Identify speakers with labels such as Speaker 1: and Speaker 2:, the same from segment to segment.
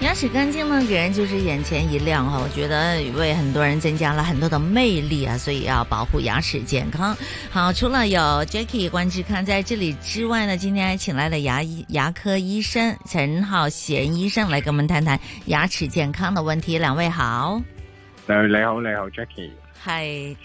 Speaker 1: 牙齒乾淨呢，給人就是眼前一亮啊哈。我覺得為很多人增加了很多的魅力啊，所以要保護牙齒健康。好，除了有 Jackie 關之康在這裡之外呢，今天還請來了牙醫牙科醫生陳浩賢醫生來跟我們談談牙齒健康的問題。兩位好，
Speaker 2: 你好，你好，Jackie。
Speaker 1: 係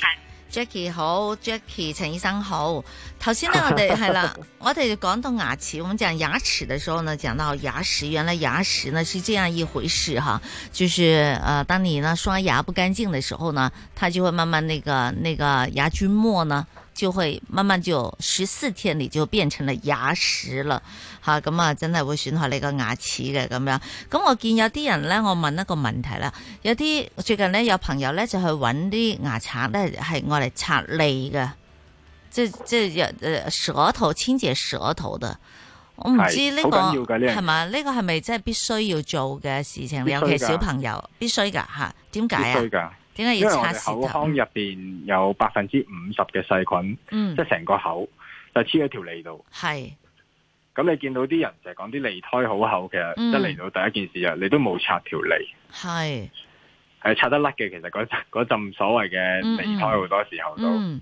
Speaker 1: Jackie 好，Jackie 陳醫生好。頭先呢，我哋係啦，我哋講到牙齒，我們講牙齒的時候呢，講到牙石，原來牙石呢是這樣一回事哈，就是呃，當你呢刷牙不乾淨的時候呢，它就會慢慢那個那個牙菌末呢。就會慢慢就十四天裏就變成了牙石啦，吓咁啊，真係會損害你個牙齒嘅咁啊樣。咁我見有啲人咧，我問一個問題啦，有啲最近咧有朋友咧就去揾啲牙刷咧係愛嚟刷脷嘅，即即係誒舌頭清潔舌頭嘅。我唔知呢、
Speaker 2: 係
Speaker 1: 個
Speaker 2: 好緊要㗎呢樣嘢
Speaker 1: 係咪呢個係咪真係必須要做嘅事情？
Speaker 2: 必須㗎
Speaker 1: 尤其小朋友必須㗎吓，點解
Speaker 2: 必
Speaker 1: 啊
Speaker 2: 須？㗎，
Speaker 1: 點解
Speaker 2: 因
Speaker 1: 要
Speaker 2: 為我
Speaker 1: 刷
Speaker 2: 哋
Speaker 1: 舌
Speaker 2: 口腔
Speaker 1: 頭？
Speaker 2: 入邊有百分之五十嘅細菌，
Speaker 1: 嗯
Speaker 2: 即，係成個口就黐喺條脷度。
Speaker 1: 係
Speaker 2: 咁你見到啲人就係講啲脷苔好厚，其實
Speaker 1: 嗯
Speaker 2: 一嚟到第一件事啊，你都冇刷條脷，
Speaker 1: 係
Speaker 2: 係刷得甩嘅。其實嗰嗰陣 所謂嘅
Speaker 1: 嗯嗯
Speaker 2: 脷苔好多時候都。
Speaker 1: 嗯。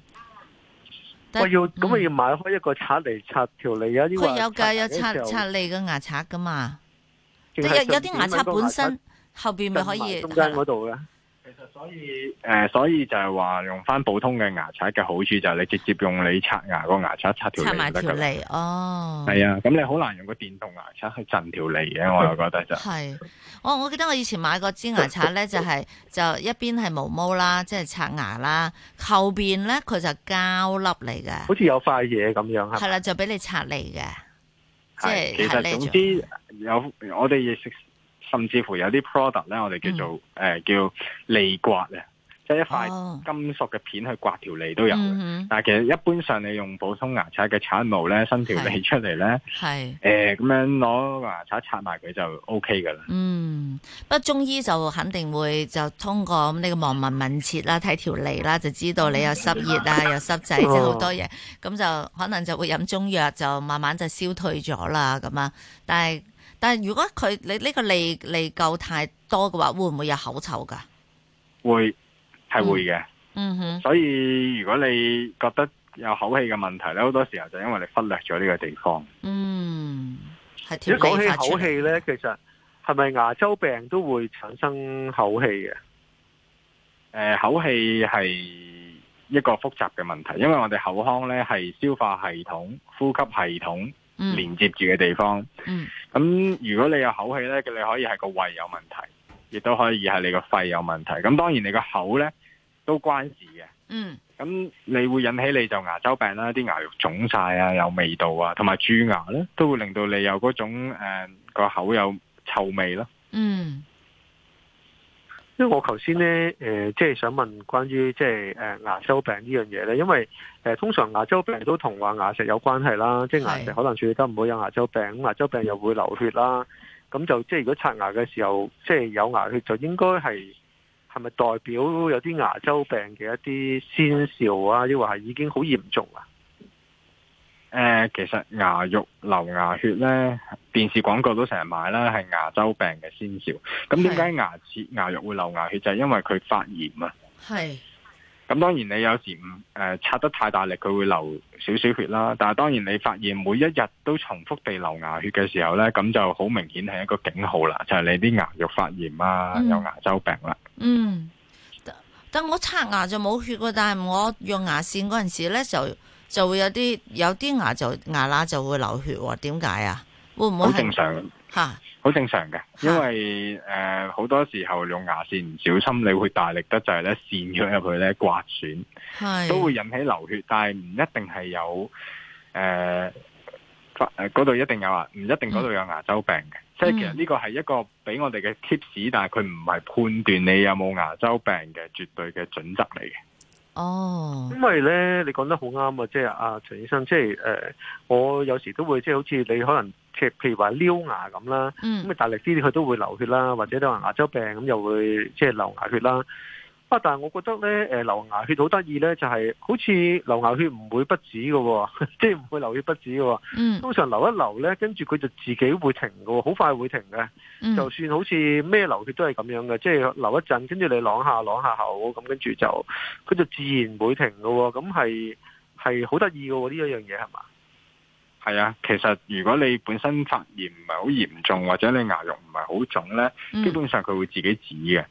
Speaker 1: 但
Speaker 3: 我要咁我
Speaker 1: 嗯
Speaker 3: 要買開一個刷嚟刷條脷啊！呢個
Speaker 1: 佢有噶，有刷刷
Speaker 3: 刷
Speaker 1: 脷嘅牙刷噶嘛，
Speaker 3: 有
Speaker 1: 即係有有啲牙刷本身後邊咪可以
Speaker 3: 中間嗰度嘅，
Speaker 2: 其實所以誒、呃所以就係話用翻普通嘅牙刷嘅好處就係你直接用你刷牙個牙刷刷條
Speaker 1: 刷
Speaker 2: 脷
Speaker 1: 埋
Speaker 2: 就得
Speaker 1: 條
Speaker 2: 㗎啦。
Speaker 1: 脷哦。
Speaker 2: 係啊，咁你好難用個電動牙刷去震條脷嘅，我又覺得就。
Speaker 1: 係，我我記得我以前買過支牙刷咧，就係、就一邊係毛毛啦，即係刷牙啦，後邊咧佢就膠粒嚟嘅，
Speaker 3: 好似有塊嘢咁樣
Speaker 1: 係
Speaker 3: 係。
Speaker 1: 啦，就俾你刷脷嘅，即
Speaker 2: 係，
Speaker 1: 係
Speaker 2: 其
Speaker 1: 係
Speaker 2: 實
Speaker 1: 脷
Speaker 2: 總
Speaker 1: 做。
Speaker 2: 之有我哋亦食，甚至乎有啲 product 咧，我哋叫做誒、呃叫利刮啊，即係一塊
Speaker 1: 嗯哦，
Speaker 2: 金屬嘅片去刮條脷都有嘅。
Speaker 1: 嗯哼，
Speaker 2: 但係其實一般上你用普通牙刷嘅刷毛咧，伸條脷出嚟咧，
Speaker 1: 係。
Speaker 2: 誒呃咁樣攞啊牙刷刷埋佢就 O K 噶啦。
Speaker 1: 嗯，不過中醫就肯定會就通過呢個望聞問切啦，睇條脷啦，就知道你有濕熱啊，有濕滯，即係好
Speaker 3: 哦
Speaker 1: 多嘢，咁就可能就會飲中藥，就慢慢就消退咗啦咁啊。但係但係如果佢你呢個脷脷垢太多嘅話，會唔會有口臭噶？
Speaker 2: 會係會嘅，
Speaker 1: 嗯哼，
Speaker 2: 所以如果你覺得有口氣嘅問題咧，好多時候就因為你忽略咗呢個地方。
Speaker 1: 嗯，係條
Speaker 3: 如果講
Speaker 1: 脷
Speaker 3: 起
Speaker 1: 發出
Speaker 3: 口
Speaker 1: 嚟。
Speaker 3: 氣咧，其實係咪牙周病都會產生口氣嘅？
Speaker 2: 誒、呃口氣係一個複雜嘅問題，因為我哋口腔咧係消化系統、呼吸系統
Speaker 1: 嗯
Speaker 2: 連接住嘅地方。
Speaker 1: 嗯
Speaker 2: 咁、如果你有口氣咧，你可以係個胃有問題，亦都可以係你個肺有問題。咁當然你個口咧都關事嘅。
Speaker 1: 嗯
Speaker 2: 咁你會引起你就牙周病啦，啲牙肉腫晒啊，有味道啊，同埋蛀牙咧都會令到你有嗰種誒個、口有臭味咯。
Speaker 1: 嗯
Speaker 3: 因為我頭先咧，誒、即係想問關於即係誒牙周病呢樣嘢咧，因為誒、呃通常牙周病都同話牙石有關係啦，即係牙石
Speaker 1: 係
Speaker 3: 可能處理得唔好有牙周病，咁牙周病又會流血啦，咁就即係如果刷牙嘅時候即係有牙血，就應該係係咪代表有啲牙周病嘅一啲先兆啊，抑或係已經好嚴重啊？
Speaker 2: 誒、其實牙肉流牙血咧，電視廣告都成日買啦，係牙周病嘅先兆。咁點解牙齒牙肉會流牙血？就係、因為佢發炎啊。
Speaker 1: 係
Speaker 2: 咁當然你有時唔誒刷得太大力，佢會流少少血啦。但係當然你發現每一日都重複地流牙血嘅時候咧，咁就好明顯係一個警號啦，就係、你啲牙肉發炎啊，
Speaker 1: 嗯
Speaker 2: 有牙周病啦。
Speaker 1: 嗯，但但我刷牙就冇血喎，但係我用牙線嗰陣時咧就就會有啲有啲牙就牙罅就會流血喎，點解啊？會唔會
Speaker 2: 好正
Speaker 1: 係
Speaker 2: 常，
Speaker 1: 吓？
Speaker 2: 好正常嘅，因為誒好、多時候用牙線唔小心，你會大力得滯咧，跣咗入去咧，刮損。
Speaker 1: 係
Speaker 2: 都會引起流血，但係唔一定係有誒發誒嗰度一定有啊，唔一定嗰度有牙周病嘅。即係其實呢個係一個俾我哋嘅 tips，但係佢唔係判斷你有冇牙周病嘅絕對嘅準則嚟嘅。
Speaker 1: 哦，
Speaker 3: 因為咧，你講得好啱啊，即係阿陳醫生，即係誒、呃我有時都會即係好似你可能即係譬如話撩牙咁啦，咁
Speaker 1: 嗯
Speaker 3: 你大力啲佢都會流血啦，或者你話牙周病咁又會即係流牙血啦。啊，但係我覺得咧，誒、流牙血好得意咧，就係、好似流牙血唔會不止嘅喎、 即係唔會流血不止嘅喎、
Speaker 1: 嗯
Speaker 3: 通常流一流咧，跟住佢就自己會停嘅喎、好快會停嘅。就
Speaker 1: 嗯
Speaker 3: 算好似咩流血都係咁樣嘅，即係流一陣，跟住你啷下啷下口，咁跟住就佢就自然會停嘅喎。咁係係好得意嘅喎，呢一樣嘢係嘛？
Speaker 2: 係啊，其實如果你本身發炎唔係好嚴重，或者你牙肉唔係好腫呢，
Speaker 1: 嗯，
Speaker 2: 基本上佢會自己止嘅。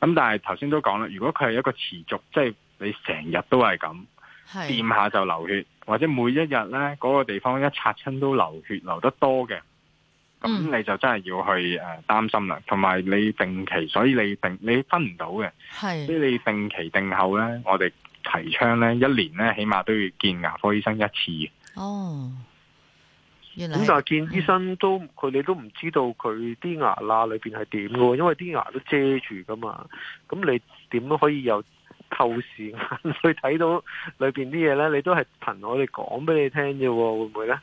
Speaker 2: 咁但係頭先都講啦，如果佢係一個持續，即係你成日都係咁，
Speaker 1: 係
Speaker 2: 掂下就流血，或者每一日呢嗰、個地方一擦親都流血，流得多嘅，
Speaker 1: 嗯
Speaker 2: 咁你就真係要去誒擔心啦。同埋你定期，所以你定你分唔到嘅，所
Speaker 1: 係
Speaker 2: 以你定期定後呢，我哋提倡呢一年呢，起碼都要見牙科醫生一次。
Speaker 1: 哦，原來
Speaker 3: 咁
Speaker 1: 係
Speaker 3: 但係見醫生都佢哋都唔知道佢啲牙罅裏邊係點嘅喎，因為啲牙都遮住噶嘛。咁你點都可以有透視眼去睇到裏邊啲嘢呢？你都係憑我哋講俾你聽啫喎，會唔會呢？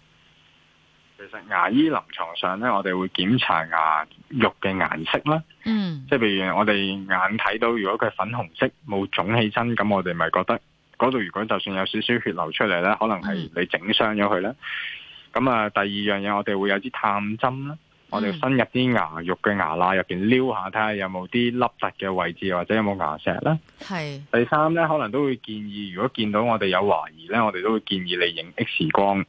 Speaker 2: 其實牙醫臨床上咧，我哋會檢查牙肉嘅顏色啦，
Speaker 1: 嗯
Speaker 2: 即係譬如我哋眼睇到，如果佢係粉紅色冇腫起身，咁我哋咪覺得嗰度如果就算有少少血流出嚟咧，可能係
Speaker 1: 嗯
Speaker 2: 你整傷咗佢啦。咁啊，第二樣嘢我哋會有支探針啦，我哋伸入啲牙肉嘅牙罅入邊撩下，睇下有冇啲凹凸嘅位置，或者有冇牙石啦。
Speaker 1: 係
Speaker 2: 第三咧，可能都會建議，如果見到我哋有懷疑咧，我哋都會建議你影 X 光。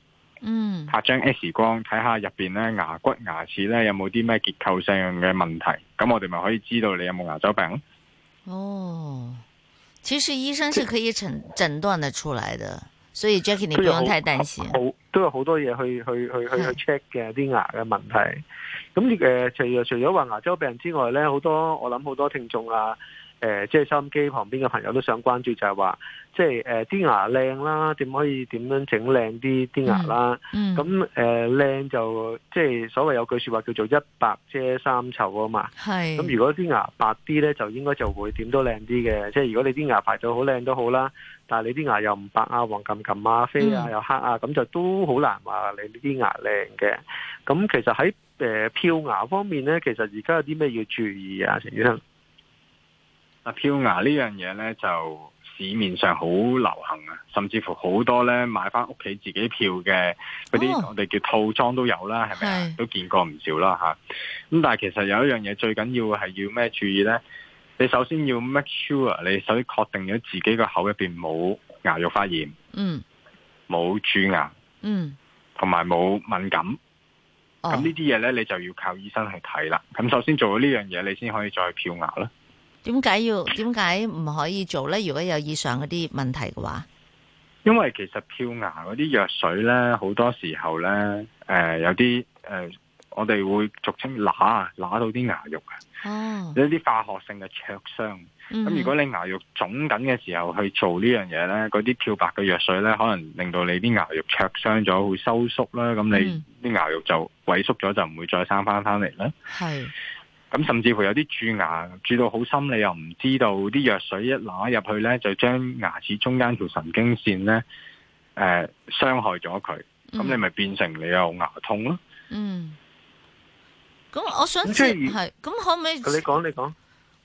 Speaker 1: 嗯
Speaker 2: 拍張 X 光睇下入邊咧牙骨牙齒咧有冇啲咩結構性嘅問題，咁我哋咪可以知道你有冇牙周病咯。
Speaker 1: 哦，其實醫生是可以診診斷得出來的，所以 Jackie 你不
Speaker 3: 都有好
Speaker 1: 用太擔心。
Speaker 3: 好都有好多嘢去去去去
Speaker 1: 係
Speaker 3: 去 check 嘅啲牙嘅問題。咁誒、呃除除咗話牙周病之外呢，好多我諗好多聽眾啊，誒、即係收音機旁邊嘅朋友都想關注就係話，即係誒啲牙靚啦，點可以點樣整靚啲啲牙啦？
Speaker 1: 嗯，
Speaker 3: 咁誒靚就即係所謂有句説話叫做一白遮三醜啊嘛。
Speaker 1: 係
Speaker 3: 咁如果啲牙白啲咧，就應該就會點都靚啲嘅。即係如果你啲牙排到好靚都好啦，但係你啲牙又唔白啊、黃冚冚啊、啡啊、
Speaker 1: 嗯
Speaker 3: 又黑啊，咁就都好難話你呢啲牙靚嘅。咁其實喺誒、呃漂牙方面咧，其實而家有啲咩要注意啊？陳醫生，
Speaker 2: 嗱，漂牙呢樣嘢咧就市面上好流行啊，甚至乎好多咧買翻屋企自己漂嘅嗰
Speaker 1: 哦
Speaker 2: 啲我哋叫套裝都有啦，係咪啊
Speaker 1: 係？
Speaker 2: 都見過唔少啦吓。咁但係其實有一樣嘢最緊要係要咩注意咧？你首先要 make sure 你首先確定咗自己個口入邊冇牙肉發炎、
Speaker 1: 嗯
Speaker 2: 冇蛀牙
Speaker 1: 嗯
Speaker 2: 同埋冇敏感。咁
Speaker 1: 哦
Speaker 2: 呢，啲嘢呢，你就要靠醫生去睇啦。咁首先做到呢樣嘢，你先可以再漂牙啦。
Speaker 1: 點解要點解唔可以做咧？如果有以上嗰啲問題嘅話，
Speaker 2: 因為其實漂牙嗰啲藥水呢，好多時候呢，誒、有啲誒、呃我哋會俗稱乸啊，乸到啲牙肉啊，
Speaker 1: 哦，嗯
Speaker 2: 有一啲化學性嘅灼傷。咁、
Speaker 1: 咁
Speaker 2: 如果你牙肉腫緊嘅時候去做呢樣嘢呢，嗰啲漂白嘅藥水呢，可能令到你啲牙肉灼傷咗，會收縮啦。咁
Speaker 1: 嗯
Speaker 2: 你啲牙肉就萎縮咗，就唔會再生翻翻嚟啦。
Speaker 1: 係
Speaker 2: 咁甚至乎有啲蛀牙蛀到好深，你又唔知道啲藥水一揦入去呢，就將牙齒中間條神經線呢誒、呃、傷害咗佢，咁、
Speaker 1: 嗯
Speaker 2: 你咪變成你有牙痛咯。
Speaker 1: 嗯，咁我想
Speaker 3: 咁
Speaker 1: 知
Speaker 3: 即係
Speaker 1: 係咁可唔可以？
Speaker 3: 你講你講，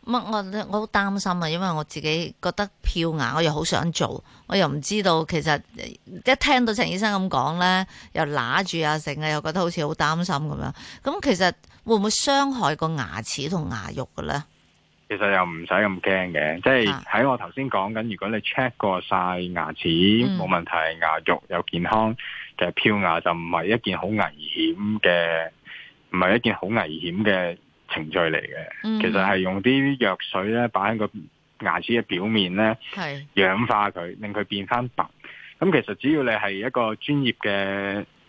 Speaker 1: 唔係我我好擔心啊，因為我自己覺得漂牙，我又好想做，我又唔知道其實呃一聽到陳醫生咁講咧，又揦住啊成啊，又覺得好似好擔心咁樣。咁其實會唔會傷害個牙齒同牙肉嘅咧？
Speaker 2: 其實又唔使咁驚嘅，即係
Speaker 1: 啊
Speaker 2: 喺我頭先講緊，如果你 check 過晒牙齒
Speaker 1: 嗯
Speaker 2: 冇問題，牙肉又健康，其實漂牙就唔係一件好危險嘅，唔係一件好危險嘅程序嚟嘅。
Speaker 1: 嗯
Speaker 2: 其實係用啲藥水咧擺喺個牙齒嘅表面咧。
Speaker 1: 係
Speaker 2: 氧化佢，令佢變翻白。咁其實只要你係一個專業嘅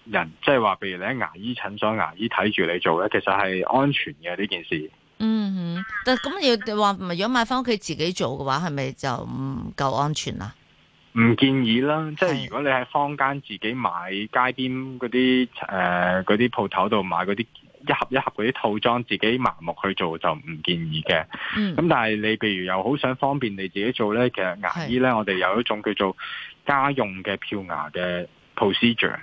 Speaker 2: 人，即係話，譬如你喺牙醫診所，牙醫睇住你做咧，其實係安全嘅呢件事。
Speaker 1: 嗯哼，但咁要話唔係如果買翻屋企自己做嘅話，係咪就唔夠安全啊？
Speaker 2: 唔建議啦，即
Speaker 1: 係
Speaker 2: 係如果你呃喺坊間自己買街邊嗰啲誒嗰啲鋪頭度買嗰啲一盒一盒嗰啲套裝，自己盲目去做就唔建議嘅。
Speaker 1: 嗯
Speaker 2: 咁但係你譬如又好想方便你自己做咧，其實牙醫咧，我哋有一種叫做家用嘅漂牙嘅 procedure，、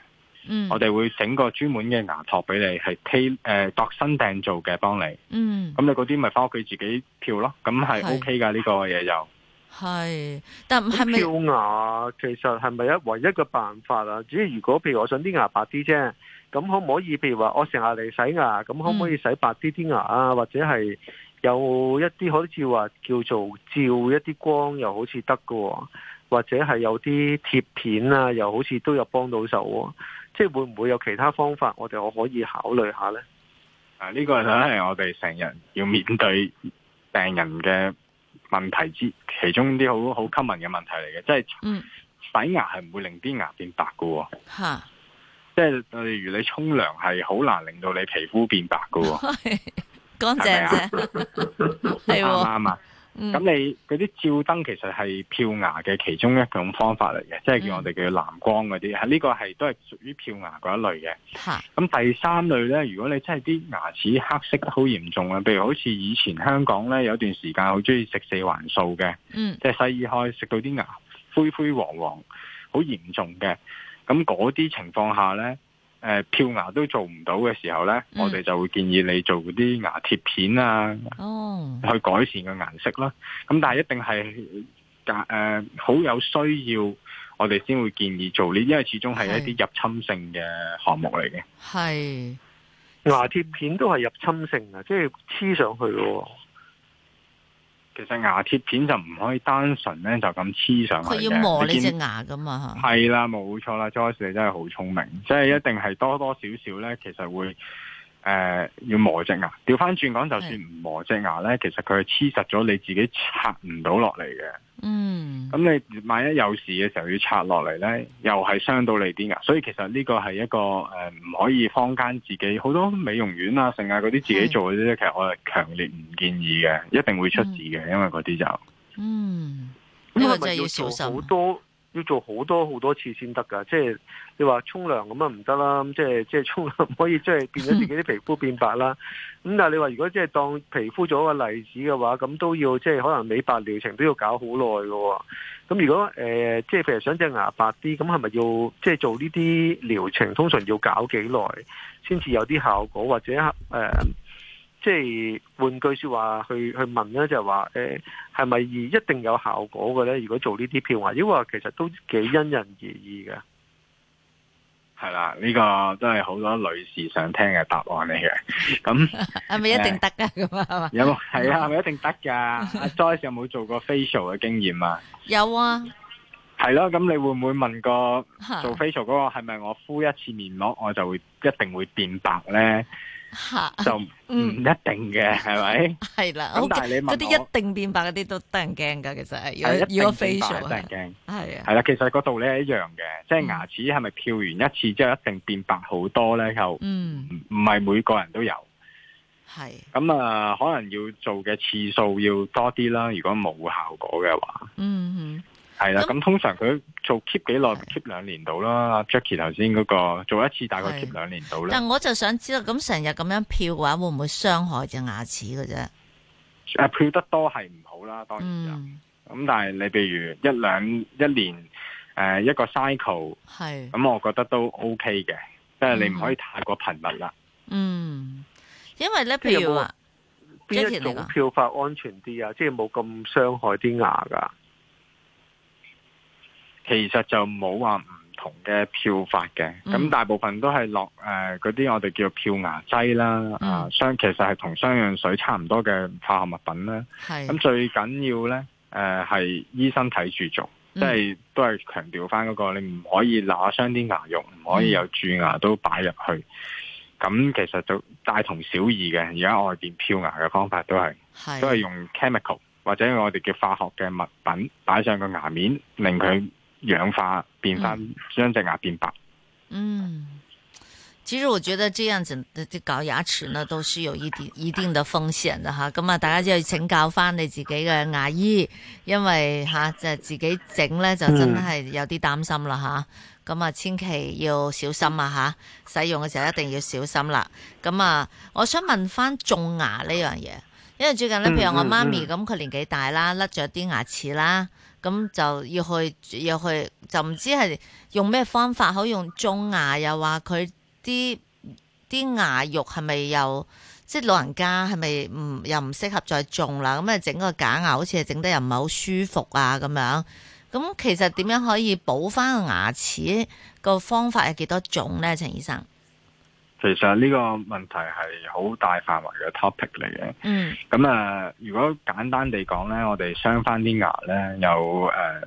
Speaker 1: 嗯，
Speaker 2: 我哋會整個專門嘅牙托俾你，係 t 誒度身訂做嘅幫你。
Speaker 1: 嗯
Speaker 2: 咁你嗰啲咪翻屋企自己漂咯，咁
Speaker 1: 係
Speaker 2: 係 OK 㗎呢個嘢又。
Speaker 1: 係，但係咪
Speaker 3: 漂牙其實係咪一唯一嘅辦法啊？只係如果譬如我想啲牙白啲啫，咁可唔可以譬如話我成日嚟洗牙，咁可唔可
Speaker 1: 嗯
Speaker 3: 以洗白啲啲牙啊？或者係有一啲好似話叫做照一啲光又好似得嘅喎，或者係有啲貼片啊，又好似都有幫到手喎。即係會唔會有其他方法，我哋我可以考慮下呢？
Speaker 2: 啊！呢、個就係我哋成日要面對病人嘅問題之其中啲好好 common 嘅問題嚟嘅，即係
Speaker 1: 嗯
Speaker 2: 洗牙係唔會令啲牙變白嘅喎，
Speaker 1: 吓？
Speaker 2: 即係呃例如你沖涼係好難令到你皮膚變白嘅喎，
Speaker 1: 乾
Speaker 2: 係咪
Speaker 1: 淨
Speaker 2: 啊
Speaker 1: 啫， 係
Speaker 2: 啱唔
Speaker 1: 喎，
Speaker 2: 啱啊？
Speaker 1: 嗯
Speaker 2: 咁你嗰啲照燈其實係漂牙嘅其中一種方法嚟嘅，
Speaker 1: 嗯
Speaker 2: 即係叫我哋叫藍光嗰啲，係呢個係都係屬於漂牙嗰一類嘅。
Speaker 1: 吓，
Speaker 2: 咁第三類咧，如果你真係啲牙齒黑色得好嚴重啊，譬如好似以前香港咧有段時間好中意食四環素嘅，
Speaker 1: 嗯
Speaker 2: 即係西醫開食到啲牙灰灰黃黃，好嚴重嘅。咁嗰啲情況下咧，誒、漂牙都做唔到嘅時候咧，
Speaker 1: 嗯
Speaker 2: 我哋就會建議你做嗰啲牙貼片啊，
Speaker 1: 哦，
Speaker 2: 去改善個顏色啦。咁但係一定係誒誒好有需要，我哋先會建議做呢，因為始終係一啲入侵性嘅項目嚟嘅。
Speaker 1: 係
Speaker 3: 牙貼片都係入侵性啊，即係黐上去嘅喎。
Speaker 2: 其實牙貼片就唔可以單純咧就咁黐上去
Speaker 1: 佢
Speaker 2: 嘅，
Speaker 1: 要磨你隻
Speaker 2: 見
Speaker 1: 牙噶嘛吓，
Speaker 2: 係啦，冇錯啦，Joyce 你真係好聰明，即係一定係多多少少咧，其實會誒、呃要磨隻牙。調翻轉講，就算唔磨隻牙咧，其實佢係黐實咗你自己拆唔到落嚟嘅。
Speaker 1: 嗯
Speaker 2: 咁你萬一有事嘅時候要拆落嚟咧，又係傷到你啲牙。所以其實呢個係一個誒唔、可以坊間自己好多美容院啊、剩啊嗰啲自己
Speaker 1: 係
Speaker 2: 做嘅啫。其實我係強烈唔建議嘅，一定會出事嘅，因為嗰啲就。
Speaker 1: 嗯，
Speaker 3: 咁
Speaker 1: 呢個
Speaker 3: 係
Speaker 1: 真
Speaker 3: 咪
Speaker 1: 係要
Speaker 3: 要
Speaker 1: 小
Speaker 3: 做
Speaker 1: 心
Speaker 3: 好
Speaker 1: 啊，
Speaker 3: 多要做好多好多次先得㗎？即係你話沖涼咁啊唔得啦，咁即係即係沖涼唔 可以即係變咗自己啲皮膚變白啦。咁但係你話如果即係當皮膚做一個例子嘅話，咁都要即係可能美白療程都要搞好耐㗎喎。咁如果誒、呃即係譬如想隻牙白啲，咁係咪要即係做呢啲療程？通常要搞幾耐先至有啲效果，或者誒、呃即係換句説話去去問咧，就係話誒。呃係咪一定有效果嘅咧？如果做呢啲票啊，因為其實都幾因人而異嘅。
Speaker 2: 係啦，呢、個都係好多女士想聽嘅答案嚟嘅。咁
Speaker 1: 係咪一定得噶咁啊？係嘛，
Speaker 2: 有冇係啊？係咪一定得㗎？阿 Joyce 有冇做過 facial 嘅經驗啊？
Speaker 1: 有啊，
Speaker 2: 係咯，咁你會唔會問過
Speaker 1: 吓
Speaker 2: 做 facial 嗰個係咪我敷一次面膜我就會一定會變白咧？
Speaker 1: 吓，
Speaker 2: 就唔
Speaker 1: 嗯
Speaker 2: 一定嘅，係咪？
Speaker 1: 係啦，好
Speaker 2: 咁但係你問
Speaker 1: 嗰
Speaker 2: 我
Speaker 1: 啲一定變白嗰啲都得人驚噶，其實
Speaker 2: 係
Speaker 1: 係
Speaker 2: 一
Speaker 1: 如果如果
Speaker 2: 定變白
Speaker 1: facial
Speaker 2: 得人
Speaker 1: 係
Speaker 2: 驚。
Speaker 1: 係啊，
Speaker 2: 係啦，其實個道理係一樣嘅，即係牙齒係咪漂完一次之後一定變白好多咧？又唔
Speaker 1: 嗯
Speaker 2: 唔係每個人都有。
Speaker 1: 係，
Speaker 2: 咁啊，可能要做嘅次數要多啲啦。如果冇效果嘅話，
Speaker 1: 嗯
Speaker 2: 係啦。
Speaker 1: 咁
Speaker 2: 咁通常佢做 keep 幾耐
Speaker 1: 係
Speaker 2: ？keep 兩年到啦。阿 Jackie 頭先嗰個做一次大概
Speaker 1: 係
Speaker 2: keep 兩年到
Speaker 1: 哼，
Speaker 2: 啦。
Speaker 1: 但我就想知道咁成日咁樣漂嘅話，會唔會傷害隻牙齒嘅啫？
Speaker 2: 誒，漂得多哦係啊唔好啦，當然就咁。
Speaker 1: 嗯，
Speaker 2: 但係你譬如一兩一年誒、呃一個 à, cycle，
Speaker 1: 係。
Speaker 2: 咁我覺得都 OK 嘅，即係你
Speaker 1: 嗯
Speaker 2: 唔可以太過頻密啦。
Speaker 1: 嗯，因為咧，
Speaker 3: 即係有
Speaker 1: 譬如
Speaker 3: 冇
Speaker 1: 話
Speaker 3: 邊
Speaker 1: Jackie
Speaker 3: 一
Speaker 1: 嚟
Speaker 3: 種
Speaker 1: 㗎
Speaker 3: 票法安全啲啊？即係冇咁傷害啲牙㗎。
Speaker 2: 其實就冇話唔同嘅漂法嘅，咁、
Speaker 1: 嗯
Speaker 2: 大部分都係落誒嗰啲我哋叫漂牙劑啦，
Speaker 1: 嗯
Speaker 2: 啊相其實係同雙氧水差唔多嘅化學物品啦。
Speaker 1: 係
Speaker 2: 咁最緊要呢，誒係醫生睇住做，
Speaker 1: 嗯
Speaker 2: 即係都係強調翻嗰個你唔可以揦傷啲牙肉，唔可以
Speaker 1: 嗯
Speaker 2: 有蛀牙都擺入去。咁其實就大同小異嘅，而家外邊漂牙嘅方法都係。
Speaker 1: 係
Speaker 2: 都係用 chemical 或者我哋叫化學嘅物品擺上個牙面，
Speaker 1: 嗯
Speaker 2: 令佢氧化變翻，將隻牙變白。
Speaker 1: 嗯。其實我覺得這樣子的搞牙齒呢，都是有一定一定的風險的吓。咁啊，大家就要請教翻你自己嘅牙醫，因為吓就自己整咧就真係有啲擔心啦吓。咁啊，千祈要小心啊吓，使用嘅時候一定要小心啦。咁啊，我想問翻種牙呢樣嘢，因為最近咧，譬如我媽咪咁，佢年紀大啦，甩咗啲牙齒啦。咁就要去，要去就唔知係用咩方法，好用種牙又話佢啲啲牙肉係咪又即係老人家係咪唔又唔適合再種啦？咁啊整個假牙好似係整得又唔係好舒服啊咁樣。咁其實點樣可以補翻個牙齒個方法有幾多種咧？陳醫生，
Speaker 2: 其實呢個問題係好大範圍嘅 topic 嚟嘅。
Speaker 1: 嗯
Speaker 2: 咁啊，如果簡單地講咧，我哋鑲翻啲牙咧，有誒、呃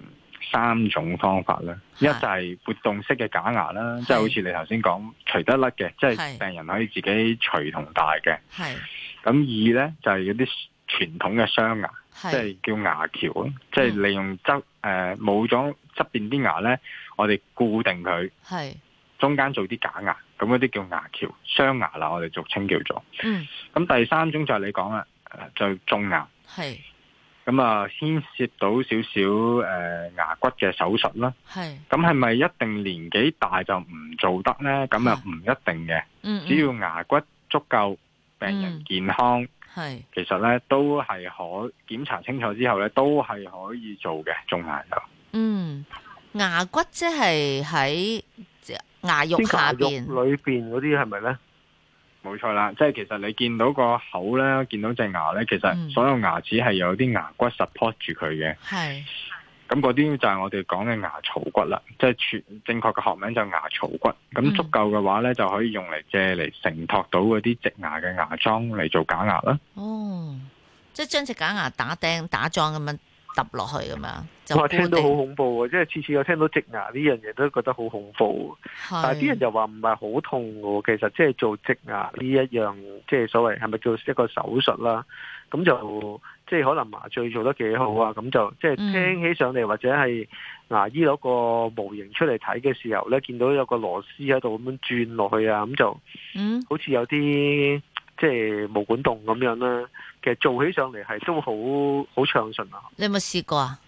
Speaker 2: 三種方法啦。
Speaker 1: 係
Speaker 2: 一就係活動式嘅假牙啦，
Speaker 1: 係
Speaker 2: 即係好似你頭先講除得甩嘅，即
Speaker 1: 係
Speaker 2: 係病人可以自己除同戴嘅。
Speaker 1: 係
Speaker 2: 咁二咧就係嗰啲傳統嘅鑲牙，即
Speaker 1: 係嗯
Speaker 2: 係叫牙橋啊，即係利用側誒冇咗側邊啲牙咧，我哋固定佢，
Speaker 1: 係
Speaker 2: 中間做啲假牙，咁嗰啲叫牙橋鑲牙啦，我哋俗稱叫做。
Speaker 1: 嗯
Speaker 2: 咁第三種就係你講啦，呃就種牙。
Speaker 1: 係
Speaker 2: 咁啊，牽涉到少少誒、呃牙骨嘅手術啦。
Speaker 1: 係
Speaker 2: 咁係咪一定年紀大就唔做得呢？咁啊唔一定嘅，
Speaker 1: 嗯
Speaker 2: 只要牙骨足夠，病人健康，
Speaker 1: 係
Speaker 2: 其實呢都係可檢查清楚之後呢，都係可以做嘅種牙就。
Speaker 1: 嗯牙骨即係喺牙肉
Speaker 3: 啲牙
Speaker 1: 下
Speaker 3: 肉
Speaker 1: 邊。
Speaker 3: 裏邊嗰啲係咪咧？
Speaker 2: 冇錯啦，即係其實你見到個口呢，見到隻牙呢，其
Speaker 1: 嗯
Speaker 2: 實所有牙齒係有啲牙骨 support 住佢嘅。
Speaker 1: 係
Speaker 2: 咁嗰啲就係我哋講嘅牙槽骨啦，即係全正確嘅學名就係牙槽骨。
Speaker 1: 嗯
Speaker 2: 咁足夠嘅話咧，就可以用嚟借嚟承托到嗰啲植牙嘅牙樁嚟做假牙啦。
Speaker 1: 哦，即係將隻假牙打釘打樁咁樣揼落去咁樣就
Speaker 3: 我
Speaker 1: 固
Speaker 3: 聽到好
Speaker 1: 定。
Speaker 3: 恐怖啊！即係次次我聽到植牙呢樣嘢都覺得好恐怖。但係啲人
Speaker 1: 就
Speaker 3: 又話唔係好痛嘅喎，其實即係做植牙呢一樣，即係所謂係咪做一個手術啦？咁就即係可能麻醉做得幾好啊！咁就即係
Speaker 1: 嗯
Speaker 3: 聽起上嚟，或者係牙醫攞個模型出嚟睇嘅時候呢，見到有個螺絲喺度咁樣轉落去啊，咁就
Speaker 1: 嗯
Speaker 3: 好似有啲即係毛管戙咁樣啦。其實做起上嚟係都好好暢順啊！
Speaker 1: 你有冇試過啊？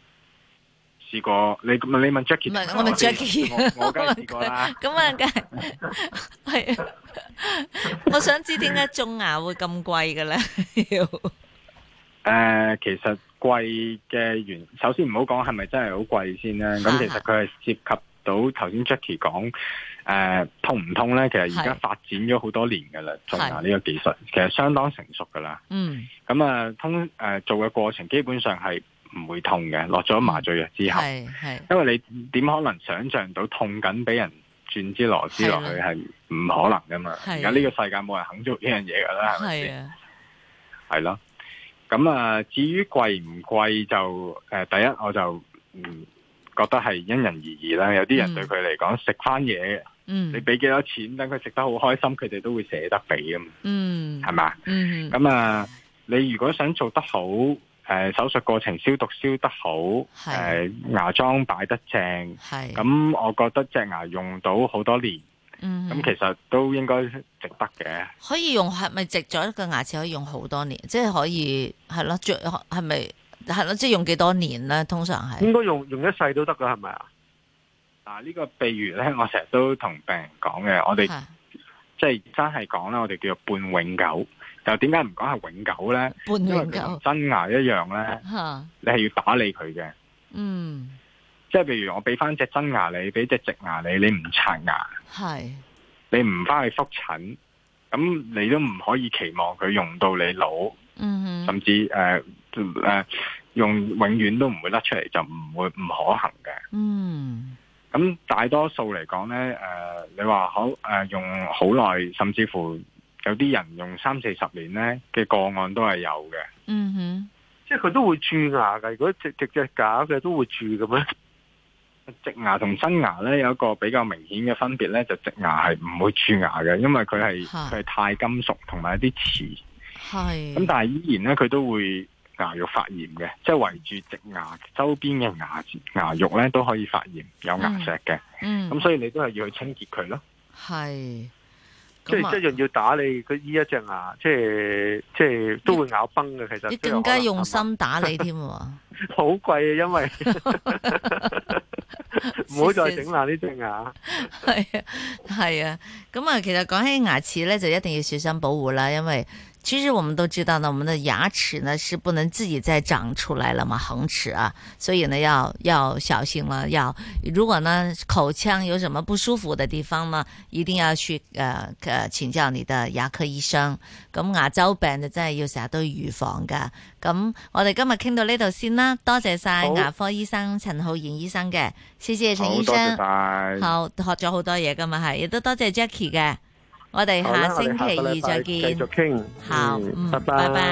Speaker 2: 試過你你問 Jackie，
Speaker 1: 唔係我問 Jackie
Speaker 2: 我我梗係試過啦。
Speaker 1: 咁啊，梗係係啊。我想知點解種牙會咁貴嘅咧？要
Speaker 2: 誒、呃其實貴嘅原，首先唔好講係咪真係好貴先
Speaker 1: 啊
Speaker 2: 啦。咁其實佢係涉及到頭先 Jackie 講誒、呃痛唔痛咧？其實而家
Speaker 1: 係
Speaker 2: 發展咗好多年㗎啦，種牙
Speaker 1: 係
Speaker 2: 呢個技術其實相當成熟㗎啦。
Speaker 1: 嗯
Speaker 2: 咁啊，通誒、呃做嘅過程基本上係唔會痛嘅，落咗麻醉藥之後，
Speaker 1: 係係
Speaker 2: 因為你點可能想像到痛緊俾人轉支螺絲落去係唔可能噶嘛？
Speaker 1: 係啊
Speaker 2: 而家呢個世界冇人肯做呢樣嘢噶啦，係咪
Speaker 1: 係
Speaker 2: 先？
Speaker 1: 啊，
Speaker 2: 係咯。咁啊，至於貴唔貴就誒、呃第一我就嗯覺得係因人而異啦。有啲人
Speaker 1: 嗯
Speaker 2: 對佢嚟講食翻嘢，
Speaker 1: 嗯
Speaker 2: 你俾幾多錢，等佢食得好開心，佢哋都會捨得俾噶嘛，
Speaker 1: 嗯
Speaker 2: 係嘛？
Speaker 1: 嗯
Speaker 2: 咁啊，你如果想做得好，誒、手術過程消毒消得好，誒、
Speaker 1: 係
Speaker 2: 牙妝擺得正，
Speaker 1: 係
Speaker 2: 咁我覺得隻牙用到好多年，
Speaker 1: 嗯
Speaker 2: 咁、其實都應該值得嘅。
Speaker 1: 可以用係咪植咗一個牙齒可以用好多年？即係可以係咯，最係咪係咯？即係用幾多年咧？通常係
Speaker 2: 嗯
Speaker 3: 應該用用一世都得㗎，係咪啊？
Speaker 2: 嗱，呢個譬如呢，我成日都同病人講嘅，我哋
Speaker 1: 係
Speaker 2: 即係真係講啦，我哋叫做半永久。就點解唔講係永久呢？
Speaker 1: 半
Speaker 2: 因為
Speaker 1: 永
Speaker 2: 佢同
Speaker 1: 久
Speaker 2: 真牙一樣呢，
Speaker 1: 嚇。
Speaker 2: 你係要打理佢嘅。
Speaker 1: 嗯，
Speaker 2: 即係譬如我俾翻隻真牙你，俾隻植牙你，你唔刷牙。
Speaker 1: 係
Speaker 2: 你唔翻去覆診，咁你都唔可以期望佢用到你老，
Speaker 1: 嗯哼，
Speaker 2: 甚至誒誒、呃用永遠都唔會甩出嚟，就唔會唔可行嘅。
Speaker 1: 嗯
Speaker 2: 咁大多數嚟講呢，誒、你話好誒、呃用好耐，甚至乎有啲人用三四十年呢嘅個案都係有嘅。
Speaker 1: 嗯哼，
Speaker 3: 即係佢都會蛀牙㗎，如果植植隻假嘅都會蛀嘅咩？
Speaker 2: 植牙同新牙呢，有一個比較明顯嘅分別呢，就植牙係唔會蛀牙嘅，因為佢係
Speaker 1: 嚇
Speaker 2: 佢係鈦金屬同埋一啲瓷
Speaker 1: 係
Speaker 2: 咁但係依然咧，佢都會牙肉發炎嘅，即係圍住植牙周邊嘅牙牙肉咧都可以發炎，有牙石嘅。咁、
Speaker 1: 嗯
Speaker 2: 所以你都係要去清潔佢咯。
Speaker 1: 係
Speaker 3: 即
Speaker 1: 咁
Speaker 3: 係一
Speaker 1: 啊，
Speaker 3: 樣要打你佢依一隻牙，即係即係都會咬崩嘅。其實
Speaker 1: 你
Speaker 3: 都有
Speaker 1: 更加
Speaker 3: 可能
Speaker 1: 用
Speaker 3: 係嘛，
Speaker 1: 心打你 添喎，
Speaker 3: 好貴啊，因為唔好再
Speaker 1: 是
Speaker 3: 整爛呢隻牙。
Speaker 1: 係啊，係啊，咁啊，其實講起牙齒咧，就一定要小心保護啦，因為其實我們都知道呢，我們的牙齒呢是不能自己再長出來了嘛，恒齿啊，所以呢要要小心了，要如果呢口腔有什么不舒服的地方呢，一定要去呃呃請教你的牙科醫生。咁牙周病就真係要成日都預防噶。咁我哋今日傾到呢度先啦，多謝晒
Speaker 3: 好
Speaker 1: 牙科醫生陳浩然醫生嘅，謝謝陳
Speaker 2: 好
Speaker 1: 醫
Speaker 2: 多
Speaker 1: 生。
Speaker 2: 謝晒。
Speaker 1: 好，學咗好多嘢噶嘛，係亦都多謝 Jackie 嘅，我哋
Speaker 3: 好啦
Speaker 1: 下
Speaker 3: 我哋
Speaker 1: 星
Speaker 3: 下個
Speaker 1: 期
Speaker 3: 禮
Speaker 1: 二
Speaker 3: 拜
Speaker 1: 再
Speaker 3: 繼
Speaker 1: 見
Speaker 3: 續，傾。
Speaker 1: 好，
Speaker 3: 嗯
Speaker 1: 嗯，
Speaker 3: 拜
Speaker 1: 拜拜。